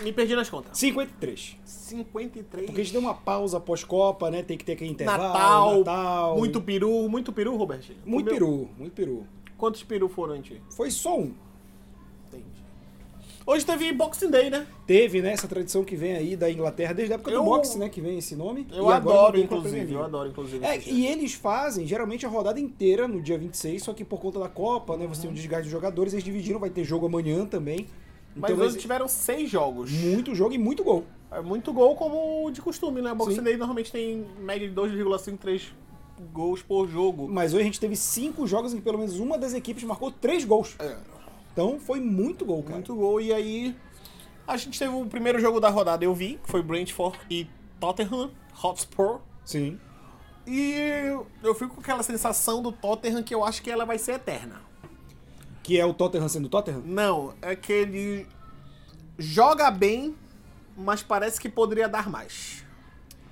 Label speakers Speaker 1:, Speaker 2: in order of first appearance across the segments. Speaker 1: Me perdi nas contas.
Speaker 2: 53.
Speaker 1: 53.
Speaker 2: Porque a gente deu uma pausa pós-Copa, né? Tem que ter aquele intervalo.
Speaker 1: Natal, Muito peru, muito peru, Robert. Comeu-
Speaker 2: Muito peru, muito peru.
Speaker 1: Quantos peru foram em ti?
Speaker 2: Foi só um.
Speaker 1: Entendi. Hoje teve Boxing Day, né?
Speaker 2: Teve, né, essa tradição que vem aí da Inglaterra, desde a época
Speaker 1: Eu-
Speaker 2: do boxe, né, que vem esse nome.
Speaker 1: Eu
Speaker 2: E agora
Speaker 1: adoro,
Speaker 2: vem com a Premier
Speaker 1: inclusive.
Speaker 2: League.
Speaker 1: Eu adoro, inclusive.
Speaker 2: É,
Speaker 1: esse
Speaker 2: e eles fazem geralmente a rodada inteira no dia 26, só que por conta da Copa, né? Você tem um desgaste dos jogadores, eles dividiram, vai ter jogo amanhã também.
Speaker 1: Mas
Speaker 2: Então
Speaker 1: hoje
Speaker 2: vai ser
Speaker 1: tiveram seis jogos.
Speaker 2: muito jogo e muito gol.
Speaker 1: É muito gol como de costume, né? Boxing
Speaker 2: Sim.
Speaker 1: Day normalmente tem média de 2,53 gols por jogo.
Speaker 2: Mas hoje a gente teve cinco jogos em que pelo menos uma das equipes marcou três gols. Então foi muito gol,
Speaker 1: É.
Speaker 2: cara.
Speaker 1: Muito gol. E aí, a gente teve o primeiro jogo da rodada, eu vi, que foi Brentford e Tottenham Hotspur.
Speaker 2: Sim.
Speaker 1: E eu fico com aquela sensação do Tottenham que eu acho que ela vai ser eterna.
Speaker 2: Que é o Tottenham sendo Tottenham?
Speaker 1: Não, é que ele joga bem, mas parece que poderia dar mais.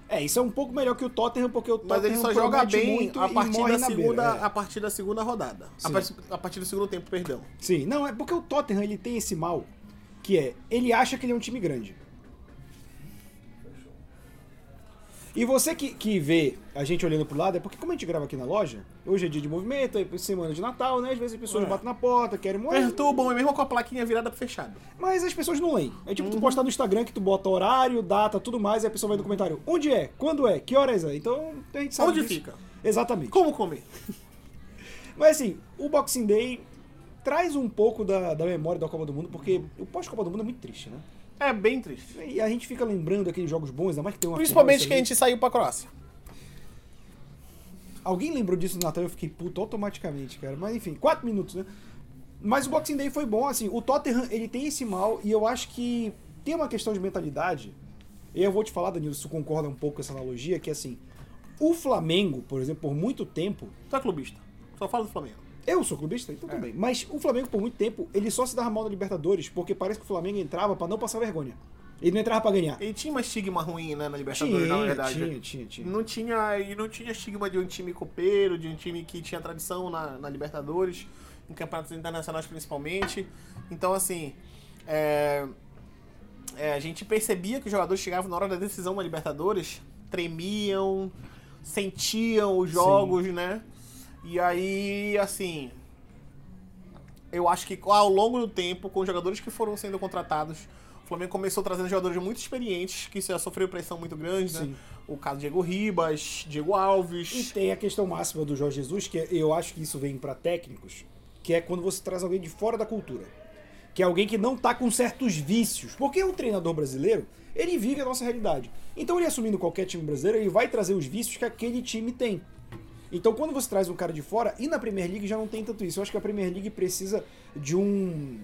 Speaker 2: É, isso é um pouco melhor que o Tottenham, porque o Tottenham
Speaker 1: Mas ele só joga
Speaker 2: promete
Speaker 1: bem
Speaker 2: muito
Speaker 1: a
Speaker 2: e
Speaker 1: partir,
Speaker 2: morre
Speaker 1: da
Speaker 2: na
Speaker 1: segunda,
Speaker 2: beira, é.
Speaker 1: a partir da segunda rodada. A,
Speaker 2: Sim.
Speaker 1: par- a partir do segundo tempo, perdão.
Speaker 2: Sim, não, é porque o Tottenham ele tem esse mal, que é, ele acha que ele é um time grande. E você que, que vê a gente olhando pro lado, é porque como a gente grava aqui na loja, hoje é dia de movimento, é semana de Natal, né? Às vezes as pessoas
Speaker 1: É.
Speaker 2: batem na porta, querem morrer,
Speaker 1: Perturbam, é mesmo com a plaquinha virada pro fechado.
Speaker 2: mas as pessoas não leem. É tipo
Speaker 1: Uhum.
Speaker 2: tu postar no Instagram que tu bota horário, data, tudo mais, e a pessoa vai no comentário, onde é? Quando é? Que horas é? Então a gente sabe
Speaker 1: Onde
Speaker 2: disso.
Speaker 1: fica?
Speaker 2: Exatamente.
Speaker 1: Como comer?
Speaker 2: Mas assim, o Boxing Day traz um pouco da, da memória da Copa do Mundo, porque o pós-Copa do Mundo é muito triste, né?
Speaker 1: É bem triste.
Speaker 2: E a gente fica lembrando aqueles jogos bons, ainda mais que tem uma
Speaker 1: Principalmente
Speaker 2: final
Speaker 1: que a gente saiu pra Croácia.
Speaker 2: excelente. Alguém lembrou disso no Natal, eu fiquei puto automaticamente, cara. Mas enfim, quatro minutos, né? Mas o Boxing Day foi bom, assim, o Tottenham, ele tem esse mal, e eu acho que tem uma questão de mentalidade, e eu vou te falar, Danilo, se tu concorda um pouco com essa analogia, que assim, o Flamengo, por exemplo, por muito tempo,
Speaker 1: Tu é clubista. Só fala do Flamengo.
Speaker 2: Eu sou clubista,
Speaker 1: É.
Speaker 2: então tudo bem. Mas o Flamengo, por muito tempo, ele só se dava mal na Libertadores porque parece que o Flamengo entrava pra não passar vergonha. Ele não entrava pra ganhar.
Speaker 1: E tinha uma estigma ruim, né, na Libertadores, na
Speaker 2: Tinha,
Speaker 1: verdade.
Speaker 2: tinha, tinha, tinha.
Speaker 1: Não tinha, e não tinha estigma de um time copeiro, de um time que tinha tradição na, na Libertadores, em campeonatos internacionais principalmente. Então, assim, é, é, a gente percebia que os jogadores chegavam na hora da decisão na Libertadores, tremiam, sentiam os jogos, né? E aí, assim, eu acho que ao longo do tempo, com os jogadores que foram sendo contratados, o Flamengo começou trazendo jogadores muito experientes, que já sofreram pressão muito grande, né?
Speaker 2: Sim.
Speaker 1: O caso de Diego Ribas, Diego Alves.
Speaker 2: E tem a questão máxima do Jorge Jesus, que é, eu acho que isso vem pra técnicos, que é quando você traz alguém de fora da cultura. Que é alguém que não tá com certos vícios. Porque o treinador brasileiro, ele vive a nossa realidade. Então ele assumindo qualquer time brasileiro, ele vai trazer os vícios que aquele time tem. Então, quando você traz um cara de fora, e na Premier League já não tem tanto isso. Eu acho que a Premier League precisa de um.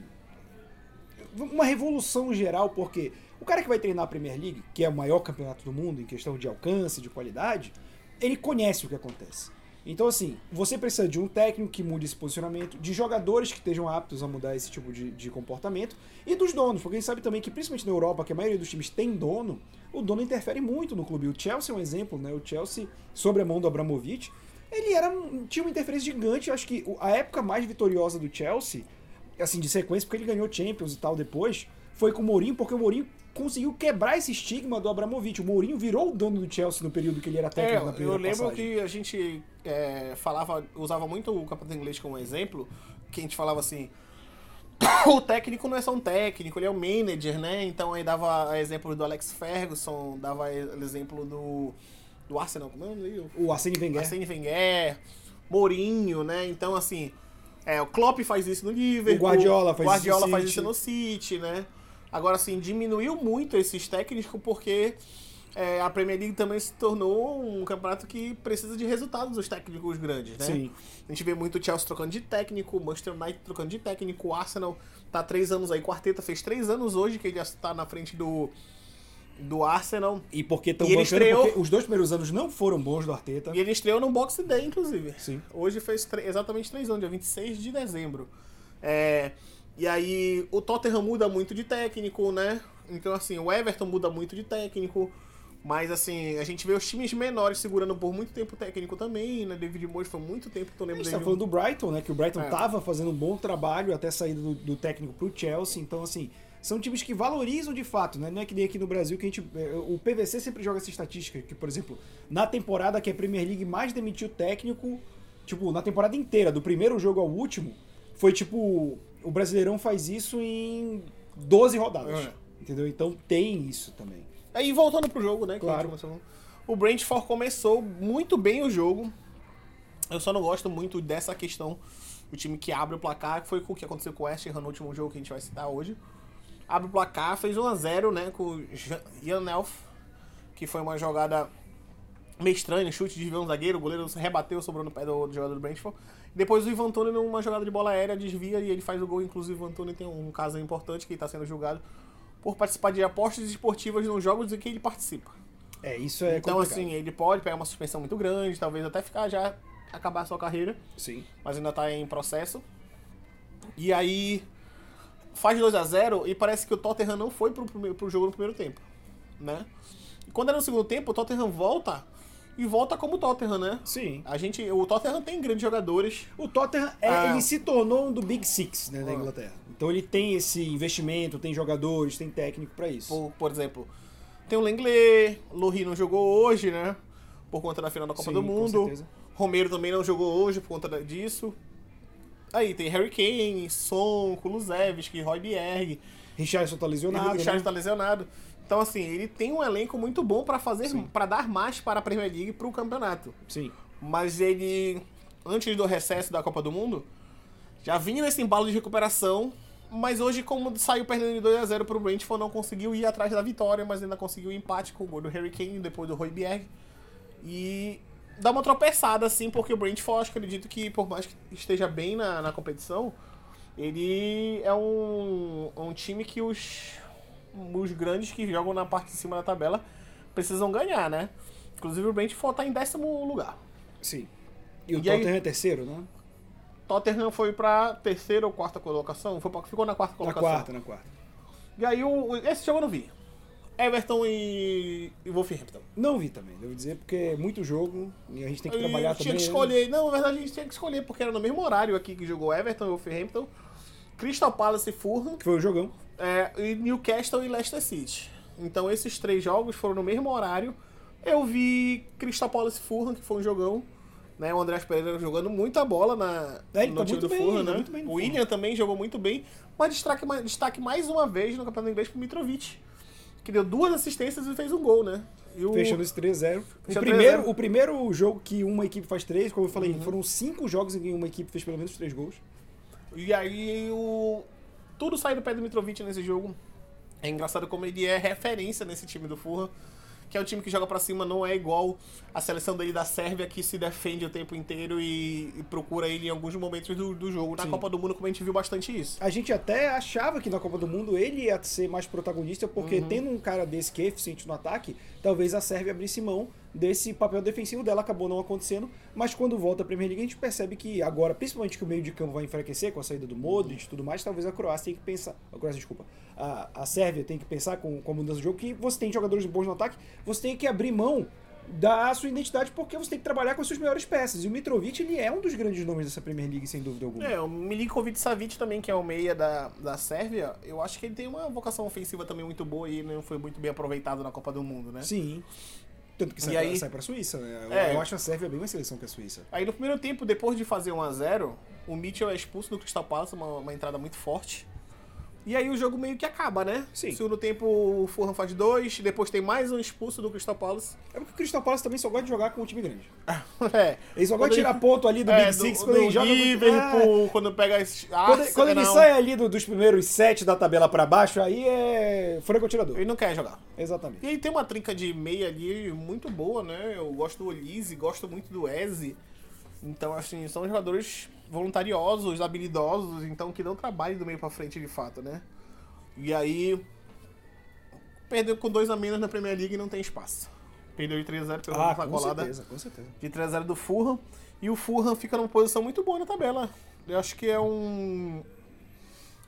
Speaker 2: uma revolução geral, porque o cara que vai treinar a Premier League, que é o maior campeonato do mundo em questão de alcance, de qualidade, ele conhece o que acontece. Então, assim, você precisa de um técnico que mude esse posicionamento, de jogadores que estejam aptos a mudar esse tipo de, de comportamento, e dos donos, porque a gente sabe também que, principalmente na Europa, que a maioria dos times tem dono, o dono interfere muito no clube. O Chelsea é um exemplo, né? O Chelsea, sobre a mão do Abramovich, ele era um- tinha uma interferência gigante. Eu acho que o- a época mais vitoriosa do Chelsea, assim, de sequência, porque ele ganhou Champions e tal depois, foi com o Mourinho, porque o Mourinho conseguiu quebrar esse estigma do Abramovich. O Mourinho virou o dono do Chelsea no período que ele era técnico na
Speaker 1: É,
Speaker 2: primeira
Speaker 1: eu lembro
Speaker 2: passagem.
Speaker 1: que a gente é, falava, usava muito o campeonato inglês como exemplo, que a gente falava assim, o técnico não é só um técnico, ele é um manager, né? Então aí dava exemplo do Alex Ferguson, dava exemplo do, do Arsenal, como é o nome dele?
Speaker 2: O Arsene Wenger.
Speaker 1: Arsene Wenger, Mourinho, né? Então, assim, é, o Klopp faz isso no Liverpool.
Speaker 2: O Guardiola faz
Speaker 1: o Guardiola
Speaker 2: isso no
Speaker 1: faz
Speaker 2: City.
Speaker 1: isso no City, né? Agora, assim, diminuiu muito esses técnicos porque é, a Premier League também se tornou um campeonato que precisa de resultados dos técnicos grandes, né?
Speaker 2: Sim.
Speaker 1: A gente vê muito o Chelsea trocando de técnico, o Manchester United trocando de técnico, o Arsenal tá há três anos aí, o Quarteta fez três anos hoje que ele já tá na frente do, do Arsenal.
Speaker 2: E porque tão
Speaker 1: E ele
Speaker 2: bancando,
Speaker 1: estreou-
Speaker 2: porque os dois primeiros anos não foram bons do Arteta.
Speaker 1: E ele estreou no Boxing Day, inclusive.
Speaker 2: tá? Sim.
Speaker 1: Hoje fez tre- exatamente três anos, dia 26 de dezembro. É, e aí o Tottenham muda muito de técnico, né? Então, assim, o Everton muda muito de técnico. Mas, assim, a gente vê os times menores segurando por muito tempo o técnico também, né? David Moyes foi muito tempo que eu
Speaker 2: A
Speaker 1: lembro
Speaker 2: gente
Speaker 1: dele.
Speaker 2: tá falando do Brighton, né? Que o Brighton
Speaker 1: É.
Speaker 2: tava fazendo um bom trabalho até a saída do, do técnico pro Chelsea. Então, assim, são times que valorizam de fato, né? Não é que nem aqui no Brasil que a gente. eh, O PVC sempre joga essa estatística, que, por exemplo, na temporada que a Premier League mais demitiu técnico, tipo, na temporada inteira, do primeiro jogo ao último, foi tipo. O Brasileirão faz isso em 12 rodadas.
Speaker 1: É.
Speaker 2: Entendeu? Então tem isso também.
Speaker 1: Aí voltando pro jogo, né? que
Speaker 2: Claro.
Speaker 1: a gente começou- O Brentford começou muito bem o jogo. Eu só não gosto muito dessa questão do time que abre o placar, que foi o que aconteceu com o West Ham no último jogo que a gente vai citar hoje. Abre o placar, fez 1x0, né? Com o Jean- Ian Elf, que foi uma jogada meio estranha, chute de um zagueiro, o goleiro rebateu, sobrou no pé do, do jogador do Brentford. Depois o Ivan Tony, numa jogada de bola aérea, desvia e ele faz o gol. Inclusive, o Ivan Tony tem um caso importante que está sendo julgado por participar de apostas esportivas nos jogos em que ele participa.
Speaker 2: É, isso é
Speaker 1: então,
Speaker 2: complicado.
Speaker 1: assim, ele pode pegar uma suspensão muito grande, talvez até ficar já acabar a sua carreira,
Speaker 2: Sim.
Speaker 1: mas ainda tá em processo. E aí faz 2 a 0 e parece que o Tottenham não foi pro, primeiro, pro jogo no primeiro tempo, né? E quando era no segundo tempo, o Tottenham volta e volta como o Tottenham, né?
Speaker 2: Sim.
Speaker 1: A gente, o Tottenham tem grandes jogadores,
Speaker 2: O Tottenham é-
Speaker 1: Ah.
Speaker 2: ele se tornou um do Big Six né, da
Speaker 1: Ah.
Speaker 2: Inglaterra. Então ele tem esse investimento, tem jogadores, tem técnico pra isso.
Speaker 1: por, por exemplo, tem o Lenglet, Lohri não jogou hoje, né? Por conta da final da Copa
Speaker 2: Sim,
Speaker 1: do
Speaker 2: com
Speaker 1: Mundo.
Speaker 2: certeza.
Speaker 1: Romero também não jogou hoje por conta da- disso. Aí tem Harry Kane, Son, Kulusevski, Roy Bierg,
Speaker 2: Richardson tá
Speaker 1: o
Speaker 2: lesionado.
Speaker 1: Richard
Speaker 2: né?
Speaker 1: tá lesionado. Então, assim, ele tem um elenco muito bom pra fazer, para dar mais para a Premier League e pro campeonato.
Speaker 2: Sim.
Speaker 1: Mas ele, antes do recesso da Copa do Mundo, já vinha nesse embalo de recuperação. Mas hoje, como saiu perdendo de 2x0 pro Brentford, não conseguiu ir atrás da vitória, mas ainda conseguiu o empate com o gol do Harry Kane, depois do Roy Bierg. E dá uma tropeçada, assim, porque o Brentford, acho que acredito que, por mais que esteja bem na, na competição, ele é um, um time que os, os grandes que jogam na parte de cima da tabela precisam ganhar, né? Inclusive o Brentford tá em décimo lugar.
Speaker 2: Sim. E o
Speaker 1: E aí-
Speaker 2: Tottenham é terceiro, né?
Speaker 1: Tottenham foi pra terceira ou quarta colocação? Foi pra, ficou na quarta
Speaker 2: Na
Speaker 1: colocação.
Speaker 2: quarta, na quarta.
Speaker 1: E aí, o, o- esse jogo eu não vi. Everton e, e Wolverhampton.
Speaker 2: Não vi também, devo dizer, porque é muito jogo e a gente tem que
Speaker 1: E
Speaker 2: trabalhar
Speaker 1: tinha
Speaker 2: também.
Speaker 1: que
Speaker 2: né?
Speaker 1: escolher. Não, na verdade a gente tinha que escolher, porque era no mesmo horário aqui que jogou Everton e Wolverhampton. Crystal Palace e Fulham.
Speaker 2: Que foi o jogão.
Speaker 1: é, e Newcastle e Leicester City. Então esses três jogos foram no mesmo horário. Eu vi Crystal Palace e Fulham, que foi um jogão. Né, o André Pereira jogando muita bola na,
Speaker 2: É, ele
Speaker 1: no
Speaker 2: tá
Speaker 1: time
Speaker 2: muito
Speaker 1: do
Speaker 2: bem,
Speaker 1: Fulham,
Speaker 2: ele tá
Speaker 1: né?
Speaker 2: muito bem no
Speaker 1: o William também jogou muito bem. Mas destaque, ma- destaque mais uma vez no Campeonato Inglês pro Mitrovic, que deu duas assistências e fez um gol, né? E o-
Speaker 2: Fechando esse 3x0. O
Speaker 1: Fechando
Speaker 2: primeiro,
Speaker 1: 3x0.
Speaker 2: o primeiro jogo que uma equipe faz três, como eu falei,
Speaker 1: Uhum.
Speaker 2: foram cinco jogos em que uma equipe fez pelo menos três gols.
Speaker 1: E aí o. Tudo sai do pé do Mitrovic nesse jogo. É engraçado como ele é referência nesse time do Furra. Que é um time que joga pra cima, não é igual a seleção dele da Sérvia, que se defende o tempo inteiro e, e procura ele em alguns momentos do, do jogo. Na
Speaker 2: Sim.
Speaker 1: Copa do Mundo, como a gente viu bastante isso.
Speaker 2: A gente até achava que na Copa do Mundo ele ia ser mais protagonista, porque tendo um cara desse que é eficiente no ataque, talvez a Sérvia abrisse mão desse papel defensivo dela, acabou não acontecendo. Mas quando volta a Premier League, a gente percebe que agora, principalmente que o meio de campo vai enfraquecer com a saída do Modric e tudo mais, talvez a Croácia tem que pensar. A Croácia, desculpa. A, a Sérvia tem que pensar com, com a mudança do jogo que você tem jogadores bons no ataque, você tem que abrir mão da sua identidade porque você tem que trabalhar com as suas melhores peças. E o Mitrovic, ele é um dos grandes nomes dessa Premier League, sem dúvida alguma.
Speaker 1: É, o Milinkovic Savic também, que é o meia da, da Sérvia, eu acho que ele tem uma vocação ofensiva também muito boa e não foi muito bem aproveitado na Copa do Mundo, né?
Speaker 2: Sim. Tanto que
Speaker 1: E
Speaker 2: sai,
Speaker 1: aí-
Speaker 2: pra, sai pra Suíça, né? Eu,
Speaker 1: É.
Speaker 2: eu acho a Sérvia bem mais seleção que a Suíça.
Speaker 1: Aí no primeiro tempo, depois de fazer 1x0, o Mitchell é expulso do Crystal Palace, uma, uma entrada muito forte. E aí o jogo meio que acaba, né?
Speaker 2: Sim.
Speaker 1: Segundo tempo, o Fulham faz dois, depois tem mais um expulso do Crystal Palace.
Speaker 2: É porque o Crystal Palace também só gosta de jogar com um time grande.
Speaker 1: é.
Speaker 2: Ele só gosta
Speaker 1: Quando
Speaker 2: de tirar
Speaker 1: ele-
Speaker 2: ponto ali do
Speaker 1: é,
Speaker 2: Big Six
Speaker 1: do,
Speaker 2: quando ele
Speaker 1: do
Speaker 2: joga. com- É.
Speaker 1: Liverpool, quando pega esse
Speaker 2: Quando, quando ele
Speaker 1: Arsenal.
Speaker 2: sai ali do- dos primeiros sete da tabela pra baixo, aí é franco atirador.
Speaker 1: Ele não quer jogar. E
Speaker 2: Exatamente.
Speaker 1: aí tem uma trinca de meia ali muito boa, né? Eu gosto do Olise, gosto muito do Eze. Então, assim, são jogadores voluntariosos, habilidosos, então que dão trabalho do meio pra frente de fato, né? E aí. Perdeu com dois a menos na Premier League e não tem espaço. Perdeu de 3x0 pelo
Speaker 2: Ah,
Speaker 1: Rafa
Speaker 2: com
Speaker 1: Colada
Speaker 2: certeza, com certeza.
Speaker 1: de 3x0 do Fulham. E o Fulham fica numa posição muito boa na tabela. Eu acho que é um.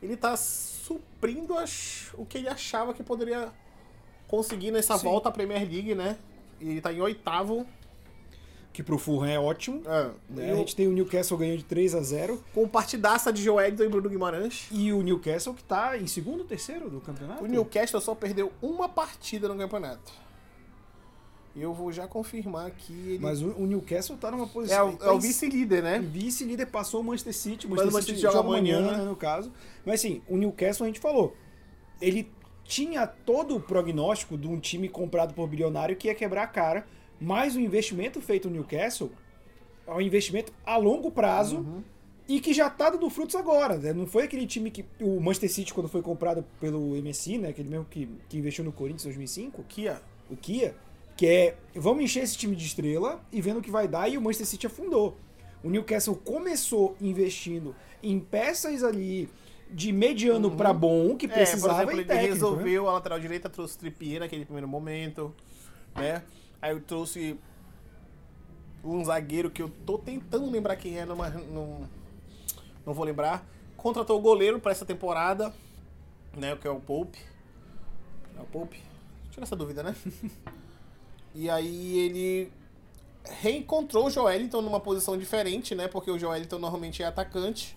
Speaker 1: Ele tá suprindo as... o que ele achava que poderia conseguir nessa
Speaker 2: Sim.
Speaker 1: volta à Premier League, né? E ele tá em oitavo.
Speaker 2: que pro Fulham é ótimo.
Speaker 1: É,
Speaker 2: né?
Speaker 1: eu-
Speaker 2: A gente tem o Newcastle ganhando de 3 a 0
Speaker 1: Com partidaça de Joe Edson e Bruno Guimarães.
Speaker 2: e o Newcastle que tá em segundo, terceiro do campeonato.
Speaker 1: O Newcastle só perdeu uma partida no campeonato. E eu vou já confirmar que ele
Speaker 2: Mas o, o Newcastle tá numa
Speaker 1: é,
Speaker 2: posição.
Speaker 1: o, é o vice-líder,
Speaker 2: O
Speaker 1: né?
Speaker 2: vice-líder passou o Manchester City. O
Speaker 1: Mas
Speaker 2: Manchester,
Speaker 1: o Manchester
Speaker 2: City
Speaker 1: joga
Speaker 2: joga amanhã,
Speaker 1: amanhã,
Speaker 2: né, no caso. Mas assim, o Newcastle, a gente falou, ele tinha todo o prognóstico de um time comprado por bilionário que ia quebrar a cara, mas o investimento feito no Newcastle é um investimento a longo prazo
Speaker 1: Uhum.
Speaker 2: e que já tá dando frutos agora. né? Não foi aquele time que o Manchester City, quando foi comprado pelo MSI, né, aquele mesmo que, que investiu no Corinthians em 2005,
Speaker 1: Aqui, ó.
Speaker 2: o Kia, que é vamos encher esse time de estrela e vendo o que vai dar, e o Manchester City afundou. O Newcastle começou investindo em peças ali de mediano pra bom, que precisava
Speaker 1: é, por exemplo,
Speaker 2: e
Speaker 1: ele
Speaker 2: técnico, né?
Speaker 1: resolveu a lateral direita, trouxe Trippier naquele primeiro momento, né? Aí eu trouxe um zagueiro que eu tô tentando lembrar quem era, mas não, não vou lembrar. Contratou o goleiro pra essa temporada, né? Que é o Pope. É o Pope? Tira essa dúvida, né? e aí ele reencontrou o Joelinton numa posição diferente, né? Porque o Joelinton normalmente é atacante.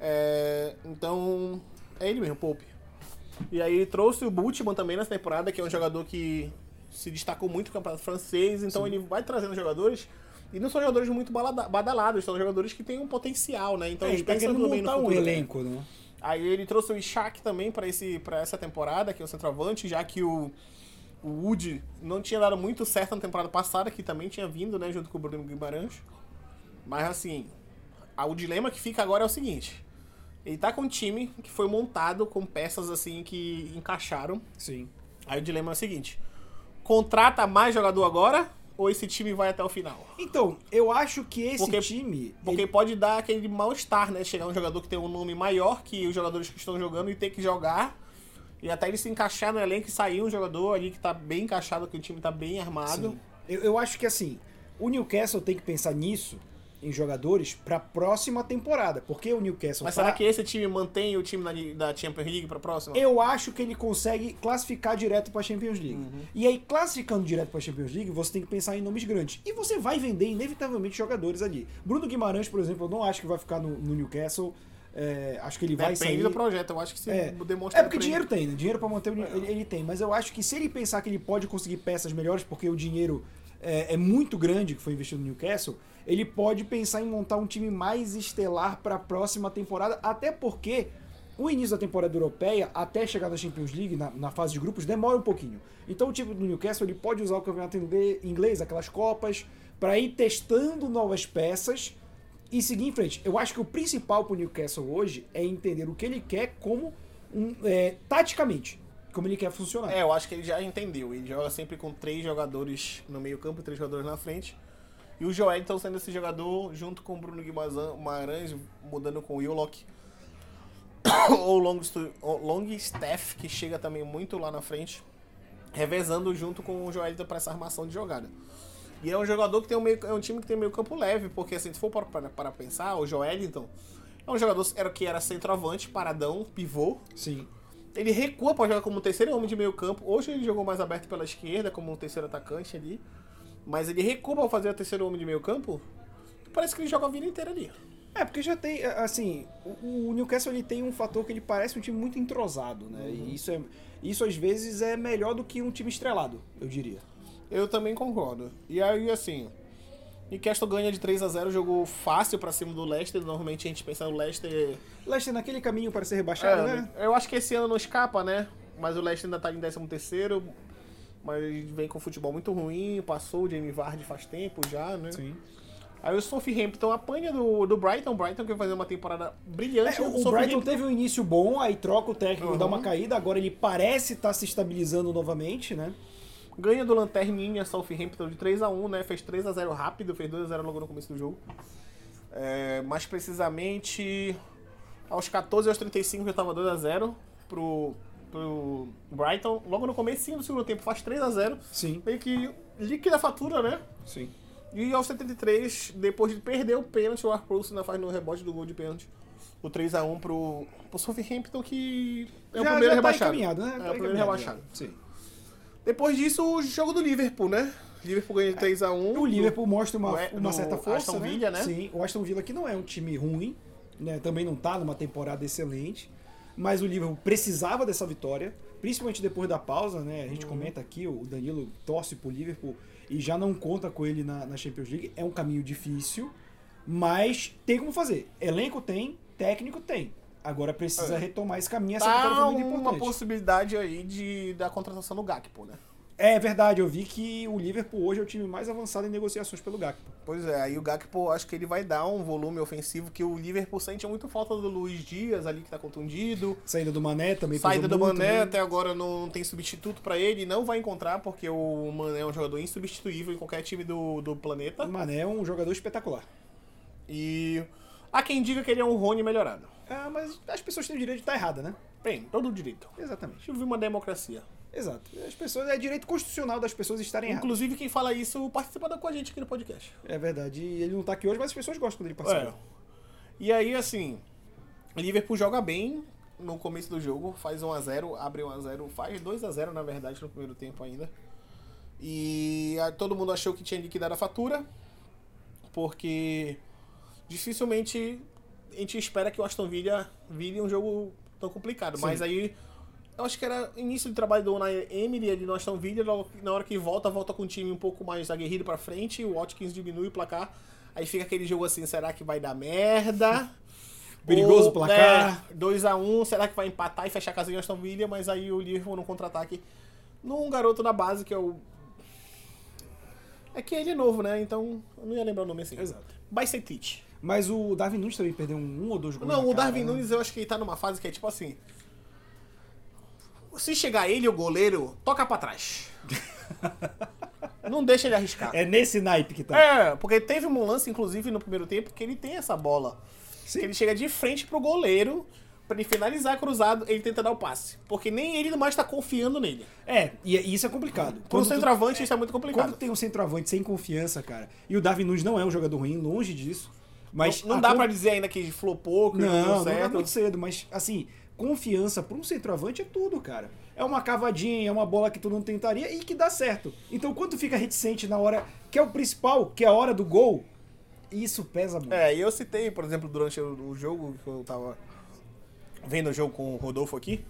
Speaker 1: É, então, é ele mesmo, Pope. E aí ele trouxe o Bultman também nessa temporada, que é um jogador que se destacou muito no campeonato francês. Então ele vai trazendo jogadores. E não são jogadores muito balada- badalados, são jogadores que têm um potencial, né? Então
Speaker 2: É,
Speaker 1: a
Speaker 2: ele
Speaker 1: gente
Speaker 2: tá
Speaker 1: pensa
Speaker 2: querendo
Speaker 1: também no
Speaker 2: montar um
Speaker 1: futuro. né?
Speaker 2: elenco, né?
Speaker 1: Aí ele trouxe o Ishak também para esse para essa temporada, que é o centroavante, já que o, o Wood não tinha dado muito certo na temporada passada, que também tinha vindo, né, junto com o Bruno Guimarães. Mas assim, a- o dilema que fica agora é o seguinte: ele tá com um time que foi montado com peças assim que encaixaram.
Speaker 2: Sim.
Speaker 1: Aí o dilema é o seguinte: contrata mais jogador agora ou esse time vai até o final?
Speaker 2: Então, eu acho que esse
Speaker 1: Porque-
Speaker 2: time.
Speaker 1: Porque
Speaker 2: ele-
Speaker 1: pode dar aquele mal-estar, né? Chegar um jogador que tem um nome maior que os jogadores que estão jogando e ter que jogar. E até ele se encaixar no elenco e sair um jogador ali que tá bem encaixado, que o time tá bem
Speaker 2: é
Speaker 1: armado.
Speaker 2: Sim. Eu, eu acho que assim, o Newcastle tem que pensar nisso, em jogadores, pra próxima temporada. Porque o Newcastle
Speaker 1: Mas
Speaker 2: tá-
Speaker 1: será que esse time mantém o time da, li- da Champions League pra próxima?
Speaker 2: Eu acho que ele consegue classificar direto pra Champions League.
Speaker 1: Uhum.
Speaker 2: E aí, classificando direto pra Champions League, você tem que pensar em nomes grandes. E você vai vender, inevitavelmente, jogadores ali. Bruno Guimarães, por exemplo, eu não acho que vai ficar no, no Newcastle. É, acho que ele vai
Speaker 1: Depende
Speaker 2: sair.
Speaker 1: do projeto, eu acho que É. se
Speaker 2: É,
Speaker 1: demonstra.
Speaker 2: é porque dinheiro tem, né? Dinheiro pra manter o New- ele, ele tem. Mas eu acho que se ele pensar que ele pode conseguir peças melhores, porque o dinheiro é, é muito grande que foi investido no Newcastle, ele pode pensar em montar um time mais estelar pra próxima temporada, até porque o início da temporada europeia, até chegar na Champions League, na, na fase de grupos, demora um pouquinho. Então o time do Newcastle ele pode usar o campeonato ingle- inglês, aquelas copas, pra ir testando novas peças e seguir em frente. Eu acho que o principal pro Newcastle hoje é entender o que ele quer como um, é, taticamente, como ele quer funcionar.
Speaker 1: É, eu acho que ele já entendeu. Ele joga sempre com três jogadores no meio-campo e três jogadores na frente. E o Joel então sendo esse jogador junto com o Bruno Guimarães- Guimarães, mudando com o Willock. Ou o Longstu- o Longstaff, que chega também muito lá na frente. Revezando junto com o Joelito para essa armação de jogada. E é um jogador que tem um meio, é um time que tem meio campo leve, porque assim, se for para- para para pensar, o Joelinton é um jogador era que era centroavante, paradão, pivô,
Speaker 2: Sim.
Speaker 1: ele recua pra jogar como um terceiro homem de meio campo. Hoje ele jogou mais aberto pela esquerda, como um terceiro atacante ali. Mas ele recua pra fazer o terceiro homem de meio campo. Parece que ele joga a vida inteira ali.
Speaker 2: É, porque já tem, é, assim, o, o Newcastle ele tem um fator que ele parece um time muito entrosado, né? E isso, é, isso às vezes é melhor do que um time estrelado, eu diria.
Speaker 1: Eu também concordo. E aí, assim, Newcastle ganha de 3 a 0 jogou fácil pra cima do Leicester. Normalmente a gente pensa no Leicester...
Speaker 2: Leicester naquele caminho para ser rebaixado,
Speaker 1: É,
Speaker 2: né?
Speaker 1: Eu acho que esse ano não escapa, né? Mas o Leicester ainda tá em 13 terceiro. Mas vem com um futebol muito ruim. Passou o Jamie Vardy faz tempo já, né?
Speaker 2: Sim.
Speaker 1: Aí o Southampton apanha do, do Brighton. Brighton que vai fazer uma temporada brilhante.
Speaker 2: É, o, o
Speaker 1: Southampton-
Speaker 2: Brighton teve um início bom, aí troca o técnico, dá
Speaker 1: Uhum.
Speaker 2: uma caída, agora ele parece estar se estabilizando novamente, né?
Speaker 1: ganha do Lanterninha Southampton de 3x1, né? Fez 3x0 rápido, fez 2x0 logo no começo do jogo. É, mais precisamente, aos 14 aos 35 já tava 2x0 pro, pro Brighton. Logo no comecinho do segundo tempo faz 3x0.
Speaker 2: Sim,
Speaker 1: Meio que líquida a fatura, né?
Speaker 2: sim.
Speaker 1: E aos 73, depois de perder o pênalti, o Arthur ainda faz no rebote do gol de pênalti. O 3x1 pro, pro Southampton, que é o
Speaker 2: já,
Speaker 1: primeiro
Speaker 2: já tá
Speaker 1: rebaixado.
Speaker 2: encaminhado,
Speaker 1: É
Speaker 2: né? Tá
Speaker 1: o primeiro
Speaker 2: encaminhado,
Speaker 1: rebaixado.
Speaker 2: já. Sim.
Speaker 1: Depois disso, o jogo do Liverpool, né? Liverpool ganha de 3x1.
Speaker 2: É. O Liverpool mostra uma,
Speaker 1: Ué,
Speaker 2: uma
Speaker 1: no
Speaker 2: certa força.
Speaker 1: é- Aston Villa, né?
Speaker 2: Sim, o Aston Villa que não é um time ruim, né? Também não tá numa temporada excelente. Mas o Liverpool precisava dessa vitória, principalmente depois da pausa, né? A gente
Speaker 1: Uhum.
Speaker 2: comenta aqui, o Danilo torce pro Liverpool e já não conta com ele na, na Champions League. É um caminho difícil, mas tem como fazer. Elenco tem, técnico tem. Agora precisa retomar esse caminho, essa vitória
Speaker 1: É. Tá
Speaker 2: foi muito
Speaker 1: uma
Speaker 2: importante.
Speaker 1: possibilidade aí de, da contratação do Gakpo, né?
Speaker 2: É verdade, eu vi que o Liverpool hoje é o time mais avançado em negociações pelo Gakpo.
Speaker 1: Pois é, aí o Gakpo acho que ele vai dar um volume ofensivo que o Liverpool sente muito falta do Luiz Dias ali que tá contundido.
Speaker 2: Saída do Mané também.
Speaker 1: Saída
Speaker 2: pesou
Speaker 1: do
Speaker 2: muito,
Speaker 1: Mané
Speaker 2: né?
Speaker 1: até agora não tem substituto pra ele, não vai encontrar porque o Mané é um jogador insubstituível em qualquer time do, do
Speaker 2: O
Speaker 1: planeta.
Speaker 2: Mané é um jogador espetacular.
Speaker 1: E há quem diga que ele é um Rony melhorado.
Speaker 2: Ah, mas as pessoas têm o direito de estar errada, né?
Speaker 1: Bem, todo o direito.
Speaker 2: Exatamente.
Speaker 1: Deixa eu ver uma democracia.
Speaker 2: Exato. As pessoas é direito constitucional das pessoas estarem erradas.
Speaker 1: Inclusive, quem fala isso participa da- com a gente aqui no podcast.
Speaker 2: É verdade. E ele não tá aqui hoje, mas as pessoas gostam dele participar.
Speaker 1: É. E aí, assim, Liverpool joga bem no começo do jogo, faz 1x0, abre 1x0, faz 2x0 na verdade no primeiro tempo ainda. E ah, todo mundo achou que tinha liquidado a fatura, porque dificilmente a gente espera que o Aston Villa vire um jogo tão complicado.
Speaker 2: Sim.
Speaker 1: Mas aí, eu acho que era início do trabalho do Unai Emery ali no Aston Villa, logo que- na hora que volta, volta com o time um pouco mais aguerrido pra frente, o Watkins diminui o placar, aí fica aquele jogo assim, será que vai dar merda?
Speaker 2: Perigoso
Speaker 1: Ou,
Speaker 2: placar.
Speaker 1: né, 2x1, será que vai empatar e fechar a casinha do Aston Villa? Mas aí o Liverpool no contra-ataque, num garoto da base que é o... É que ele é novo, né? Então, eu não ia lembrar o nome assim.
Speaker 2: Exato.
Speaker 1: Bicetich.
Speaker 2: Mas o Darwin Nunes também perdeu um, um ou dois gols.
Speaker 1: Não,
Speaker 2: na
Speaker 1: o
Speaker 2: cara,
Speaker 1: Darwin
Speaker 2: né?
Speaker 1: Nunes eu acho que ele tá numa fase que é tipo assim. Se chegar ele, o goleiro, toca pra trás. Não deixa ele arriscar.
Speaker 2: É nesse naipe que tá.
Speaker 1: É, porque teve um lance, inclusive, no primeiro tempo, que ele tem essa bola.
Speaker 2: Sim.
Speaker 1: Que ele chega de frente pro goleiro, pra ele finalizar cruzado, ele tenta dar o passe. Porque nem ele mais tá confiando nele.
Speaker 2: É, e, e isso é complicado.
Speaker 1: Pro
Speaker 2: Quando tu-
Speaker 1: centroavante, isso é muito
Speaker 2: Quando
Speaker 1: complicado.
Speaker 2: tem um centroavante sem confiança, cara, e o Darwin Nunes não é um jogador ruim, longe disso. Mas
Speaker 1: não
Speaker 2: a
Speaker 1: dá
Speaker 2: confi-
Speaker 1: pra dizer ainda que flopou, que não,
Speaker 2: Não,
Speaker 1: deu
Speaker 2: não é
Speaker 1: certo.
Speaker 2: muito cedo, mas assim, confiança para um centroavante é tudo, cara. É uma cavadinha, é uma bola que tu não tentaria e que dá certo. Então, quando tu fica reticente na hora que é o principal, que é a hora do gol, isso pesa muito.
Speaker 1: É, e eu citei, por exemplo, durante o o jogo, que eu tava vendo o jogo com o Rodolfo aqui,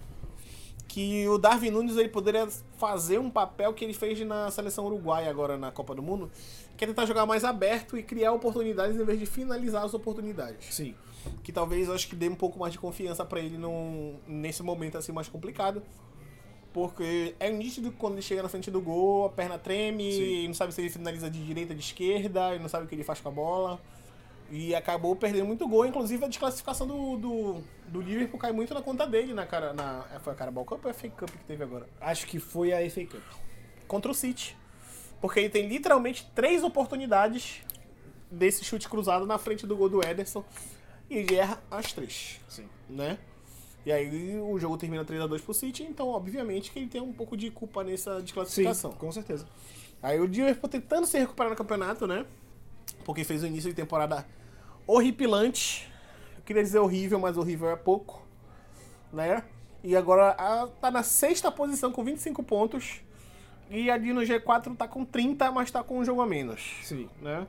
Speaker 1: que o Darwin Nunes ele poderia fazer um papel que ele fez na seleção uruguaia agora na Copa do Mundo, que é tentar jogar mais aberto e criar oportunidades em vez de finalizar as oportunidades.
Speaker 2: Sim.
Speaker 1: Que talvez eu acho que dê um pouco mais de confiança pra ele num, nesse momento assim mais complicado. Porque é nítido que quando ele chega na frente do gol, a perna treme,
Speaker 2: Sim.
Speaker 1: e não sabe se ele finaliza de direita, de esquerda, e não sabe o que ele faz com a bola. E acabou perdendo muito gol, inclusive a desclassificação do, do, do Liverpool cai muito na conta dele na cara. Na, é, foi a Carabao Cup ou a FA Cup que teve agora?
Speaker 2: Acho que foi a FA Cup.
Speaker 1: Contra o City. Porque ele tem literalmente três oportunidades desse chute cruzado na frente do gol do Ederson. E ele erra as três
Speaker 2: Sim.
Speaker 1: né? E aí o jogo termina 3x2 pro City, então obviamente que ele tem um pouco de culpa nessa
Speaker 2: Sim,
Speaker 1: desclassificação.
Speaker 2: com certeza.
Speaker 1: Aí o Liverpool tentando se recuperar no campeonato, né? Porque fez um início de temporada horripilante. Eu queria dizer horrível, mas horrível é pouco, né? E agora a- tá na sexta posição com 25 pontos. E ali no G4 tá com 30, mas tá com um jogo a menos
Speaker 2: Sim.
Speaker 1: né?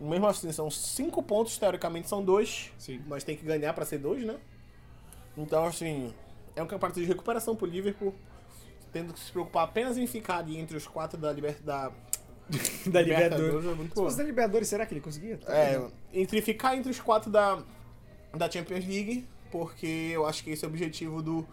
Speaker 1: Mesmo assim, são cinco pontos, teoricamente são dois.
Speaker 2: Sim.
Speaker 1: Mas tem que ganhar pra ser dois, né? Então, assim, é um campeonato de recuperação pro Liverpool, tendo que se preocupar apenas em ficar ali entre os quatro da Liberdade.
Speaker 2: da
Speaker 1: Libertadores
Speaker 2: Libertadores.
Speaker 1: é muito
Speaker 2: Se fosse
Speaker 1: bom.
Speaker 2: da Libertadores, será que ele conseguia? Tá
Speaker 1: É,
Speaker 2: vendo?
Speaker 1: entre ficar entre os quatro da, da Champions League, porque eu acho que esse é o objetivo do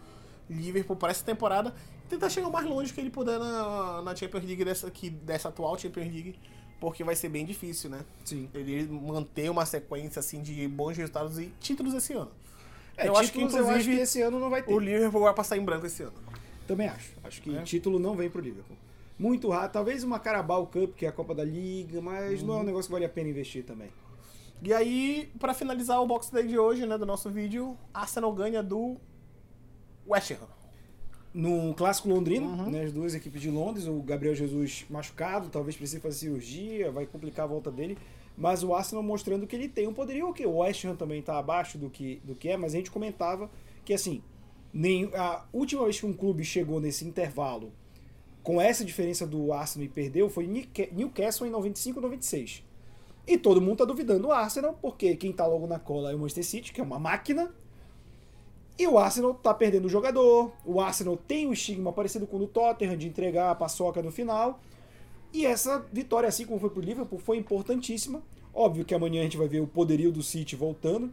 Speaker 1: Liverpool para essa temporada. Tentar chegar o mais longe que ele puder na, na Champions League dessa, aqui, dessa atual Champions League, porque vai ser bem difícil, né?
Speaker 2: Sim.
Speaker 1: ele manter uma sequência assim de bons resultados e títulos esse ano.
Speaker 2: É,
Speaker 1: eu acho que
Speaker 2: títulos eu acho que
Speaker 1: inclusive
Speaker 2: esse ano não vai ter.
Speaker 1: o Liverpool vai passar em branco esse ano.
Speaker 2: Também acho. Acho que
Speaker 1: É.
Speaker 2: título não vem pro Liverpool. Muito raro. Talvez uma Carabao Cup, que é a Copa da Liga, mas não é um negócio que vale a pena investir também.
Speaker 1: E aí, pra finalizar o box day de hoje, né, do nosso vídeo, Arsenal ganha do West Ham.
Speaker 2: Num clássico londrino, né, as duas equipes de Londres, o Gabriel Jesus machucado, talvez precise fazer cirurgia, vai complicar a volta dele. Mas o Arsenal mostrando que ele tem um poderio ok. O West Ham também está abaixo do que, do que é, mas a gente comentava que assim, nem, a última vez que um clube chegou nesse intervalo com essa diferença do Arsenal e perdeu foi Nick- Newcastle em 95 e 96. E todo mundo tá duvidando o Arsenal, porque quem tá logo na cola é o Manchester City, que é uma máquina. E o Arsenal tá perdendo o jogador. O Arsenal tem o estigma parecido com o do Tottenham de entregar a paçoca no final. E essa vitória, assim como foi pro Liverpool, foi importantíssima. Óbvio que amanhã a gente vai ver o poderio do City voltando.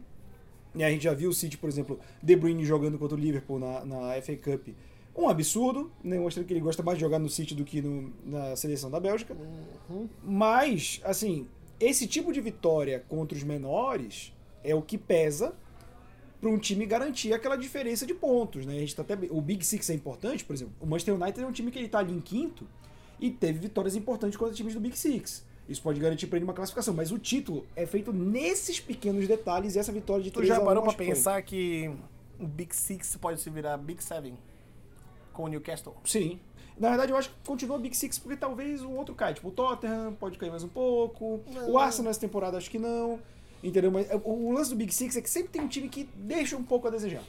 Speaker 2: E a gente já viu o City, por exemplo, De Bruyne jogando contra o Liverpool na, na FA Cup. Um absurdo, né? mostrando que ele gosta mais de jogar no City do que no- na seleção da Bélgica. Mas, assim, esse tipo de vitória contra os menores é o que pesa para um time garantir aquela diferença de pontos, né? A gente tá até o Big Six é importante, por exemplo. O Manchester United é um time que ele tá ali em quinto e teve vitórias importantes contra times do Big Six. Isso pode garantir para ele uma classificação, mas o título é feito nesses pequenos detalhes e essa vitória de
Speaker 1: Tu
Speaker 2: 3
Speaker 1: já
Speaker 2: a 1
Speaker 1: parou pra
Speaker 2: acho que foi.
Speaker 1: pensar um, que o Big Six pode se virar Big Seven com o Newcastle?
Speaker 2: Sim. Na verdade, eu acho que continua Big Six, porque talvez o outro caia. Tipo, o Tottenham pode cair mais um pouco. O Arsenal nessa temporada, acho que não. Entendeu? Mas é, o o lance do Big Six é que sempre tem um time que deixa um pouco a desejar.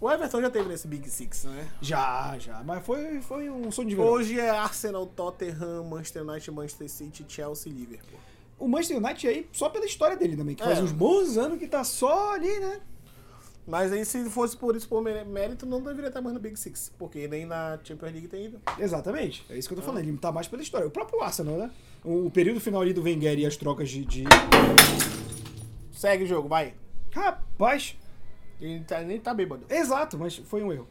Speaker 1: O Everton já teve nesse Big Six, né?
Speaker 2: Já, já. Mas foi, foi um sonho de verão.
Speaker 1: Hoje é Arsenal, Tottenham, Manchester United, Manchester City, Chelsea, Liverpool.
Speaker 2: O Manchester United aí, só pela história dele também, que
Speaker 1: É.
Speaker 2: faz uns bons anos que tá só ali, né?
Speaker 1: Mas aí se fosse por isso por mé- mérito, não deveria estar mais no Big Six, porque nem na Champions League tem ido.
Speaker 2: Exatamente. É isso que eu tô falando. Ele tá mais pela história. O próprio Arsenal, né? O, o período final ali do Wenger e as trocas de... de-
Speaker 1: Segue o jogo, vai.
Speaker 2: Rapaz...
Speaker 1: Ele tá- nem tá bêbado.
Speaker 2: Exato, mas foi um erro.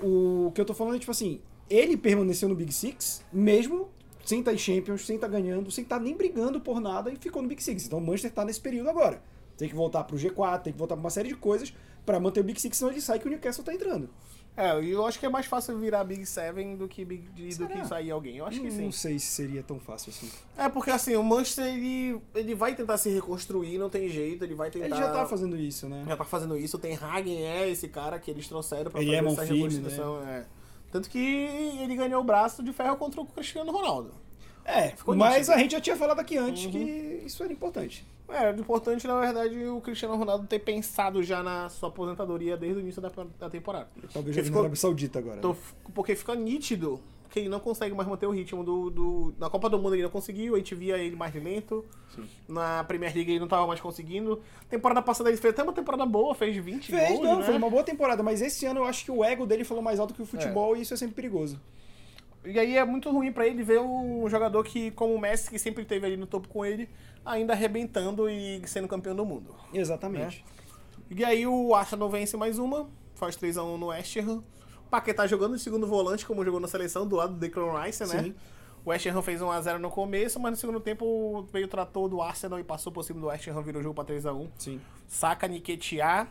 Speaker 2: O que eu tô falando é, tipo assim, ele permaneceu no Big Six, mesmo sem estar em Champions, sem estar ganhando, sem estar nem brigando por nada, e ficou no Big Six. Então o Manchester tá nesse período agora. Tem que voltar pro G4, tem que voltar pra uma série de coisas pra manter o Big Six, senão ele sai que o Newcastle tá entrando.
Speaker 1: É, e eu acho que é mais fácil virar Big Seven do que, Big, do
Speaker 2: Será?
Speaker 1: que sair alguém. Eu acho que sim.
Speaker 2: Hum, Não sei se seria tão fácil assim.
Speaker 1: É, porque assim, o Manchester, ele, ele vai tentar se reconstruir, não tem jeito, ele vai tentar...
Speaker 2: Ele já tá fazendo isso, né?
Speaker 1: já tá fazendo isso. Tem Hagen, é esse cara que eles trouxeram pra
Speaker 2: Ele
Speaker 1: fazer
Speaker 2: é mão
Speaker 1: essa
Speaker 2: firme,
Speaker 1: reconstrução. é. Tanto que ele ganhou o braço de ferro contra o Cristiano Ronaldo.
Speaker 2: É,
Speaker 1: Ficou
Speaker 2: mas
Speaker 1: nítido. Uhum.
Speaker 2: a gente já tinha falado aqui antes que isso era importante.
Speaker 1: É, o importante, na verdade, o Cristiano Ronaldo ter pensado já na sua aposentadoria desde o início da, da temporada.
Speaker 2: Talvez
Speaker 1: Porque
Speaker 2: jogue na
Speaker 1: ficou-
Speaker 2: Arábia Saudita agora.
Speaker 1: Então,
Speaker 2: né?
Speaker 1: f- porque fica nítido que ele não consegue mais manter o ritmo do, do. Na Copa do Mundo ele não conseguiu, a gente via ele mais lento. Na Premier League ele não tava mais conseguindo. Temporada passada ele fez até uma temporada boa, fez 20
Speaker 2: Fez,
Speaker 1: gols,
Speaker 2: não,
Speaker 1: né?
Speaker 2: foi uma boa temporada, mas esse ano eu acho que o ego dele falou mais alto que o futebol e isso é sempre perigoso.
Speaker 1: E aí é muito ruim pra ele ver um jogador que, como o Messi, que sempre esteve ali no topo com ele, ainda arrebentando e sendo campeão do mundo.
Speaker 2: Exatamente.
Speaker 1: E aí o Arsenal vence mais uma, faz 3x1 no West Ham. Paquetá tá jogando de segundo volante, como jogou na seleção, do lado do Declan Rice, né?
Speaker 2: Sim.
Speaker 1: O West Ham fez 1x0 no começo, mas no segundo tempo veio o trator do Arsenal e passou por cima do West Ham, virou o jogo pra 3x1.
Speaker 2: Sim.
Speaker 1: Saca, Niquetear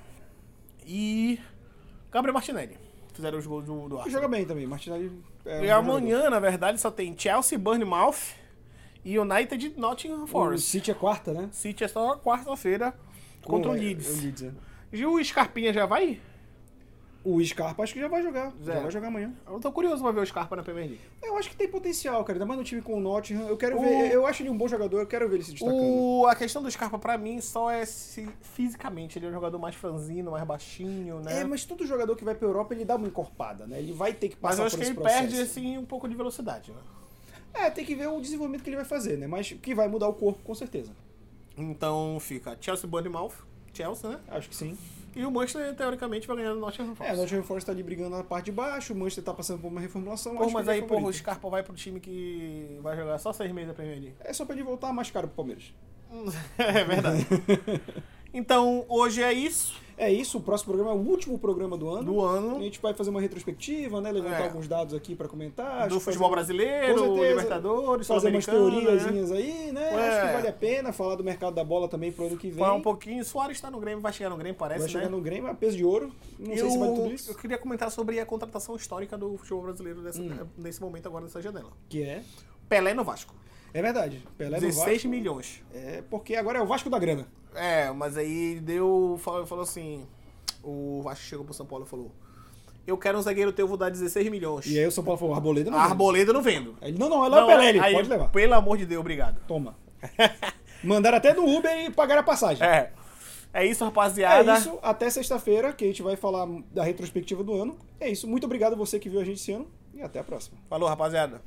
Speaker 1: e Gabriel Martinelli fizeram os gols do, do Arsenal.
Speaker 2: Joga bem também, Martinelli. É um
Speaker 1: E
Speaker 2: bom
Speaker 1: amanhã, na verdade, só tem Chelsea, Bournemouth e United e Nottingham
Speaker 2: jogador. O
Speaker 1: Forest.
Speaker 2: City é quarta, né?
Speaker 1: City é só quarta-feira contra o
Speaker 2: É,
Speaker 1: Leeds.
Speaker 2: é O, Leeds, é.
Speaker 1: E o Scarpinha já vai?
Speaker 2: O Scarpa acho que já vai jogar. Já
Speaker 1: Zé.
Speaker 2: vai jogar amanhã.
Speaker 1: Eu tô curioso pra ver o Scarpa na Premier League.
Speaker 2: Eu acho que tem potencial, cara. Ainda mais no time com o Nottingham. Eu quero
Speaker 1: O-
Speaker 2: ver. Eu acho ele um bom jogador, eu quero ver ele se destacando.
Speaker 1: O, a questão do Scarpa pra mim só é se, fisicamente. Ele é um jogador mais franzino, mais baixinho, né?
Speaker 2: É,
Speaker 1: mas
Speaker 2: mas todo jogador que vai pra Europa, ele dá uma encorpada, né? Ele vai ter que passar
Speaker 1: eu acho
Speaker 2: por
Speaker 1: que
Speaker 2: esse
Speaker 1: ele
Speaker 2: processo.
Speaker 1: perde assim, um pouco de velocidade. Né?
Speaker 2: É, tem que ver o desenvolvimento que ele vai fazer, né? Mas que vai mudar o corpo, com certeza.
Speaker 1: Então fica Chelsea, Bournemouth, Chelsea, né?
Speaker 2: Acho que sim.
Speaker 1: E o Manchester, teoricamente, vai ganhar do Nottingham
Speaker 2: É,
Speaker 1: Forest.
Speaker 2: o Nottingham Forest tá ali brigando na parte de baixo, o Manchester tá passando por uma reformulação.
Speaker 1: Pô,
Speaker 2: acho
Speaker 1: mas
Speaker 2: que ele
Speaker 1: aí,
Speaker 2: é
Speaker 1: porra, o um
Speaker 2: favorito.
Speaker 1: Scarpa vai pro time que vai jogar só seis meses da Premier League.
Speaker 2: É só pra ele voltar mais caro pro Palmeiras.
Speaker 1: é verdade. então, hoje é isso
Speaker 2: É isso, o próximo programa é o último programa do ano.
Speaker 1: do
Speaker 2: A
Speaker 1: ano
Speaker 2: gente vai fazer uma retrospectiva, né? Levantar
Speaker 1: É.
Speaker 2: alguns dados aqui pra comentar.
Speaker 1: do
Speaker 2: acho que
Speaker 1: futebol
Speaker 2: fazer-
Speaker 1: brasileiro,
Speaker 2: Com certeza.
Speaker 1: Libertadores,
Speaker 2: Fazer umas
Speaker 1: Sul-Americana, né?
Speaker 2: teoriazinhas aí, né?
Speaker 1: É.
Speaker 2: Acho que vale a pena falar do mercado da bola também pro ano que vem.
Speaker 1: Falar um pouquinho. Soares tá no Grêmio, vai chegar no Grêmio, parece,
Speaker 2: vai chegar
Speaker 1: né?
Speaker 2: no Grêmio, é peso de ouro. Não sei se vale tudo isso.
Speaker 1: eu queria comentar sobre a contratação histórica do futebol brasileiro nessa-
Speaker 2: Hum.
Speaker 1: eh, nesse momento agora, nessa janela.
Speaker 2: Que é.
Speaker 1: Pelé no Vasco.
Speaker 2: É verdade. Pelé no
Speaker 1: 16
Speaker 2: Vasco.
Speaker 1: milhões.
Speaker 2: É porque agora é o Vasco da grana.
Speaker 1: É, mas aí deu. Falou, falou assim. O Vasco chegou pro São Paulo e falou: Eu quero um zagueiro teu, vou dar 16 milhões.
Speaker 2: E aí o São Paulo falou, Arboleda não.
Speaker 1: A Arboleda eu não vendo.
Speaker 2: Aí ele, não, não, é lá o Pelé, ele
Speaker 1: aí,
Speaker 2: pode levar.
Speaker 1: Pelo amor de Deus, obrigado.
Speaker 2: Toma. Mandaram até no Uber e pagaram a passagem.
Speaker 1: É. É isso,
Speaker 2: É
Speaker 1: rapaziada.
Speaker 2: isso, até sexta-feira que a gente vai falar da retrospectiva do ano. É isso, muito obrigado você que viu a gente esse ano e até a próxima.
Speaker 1: Falou, rapaziada.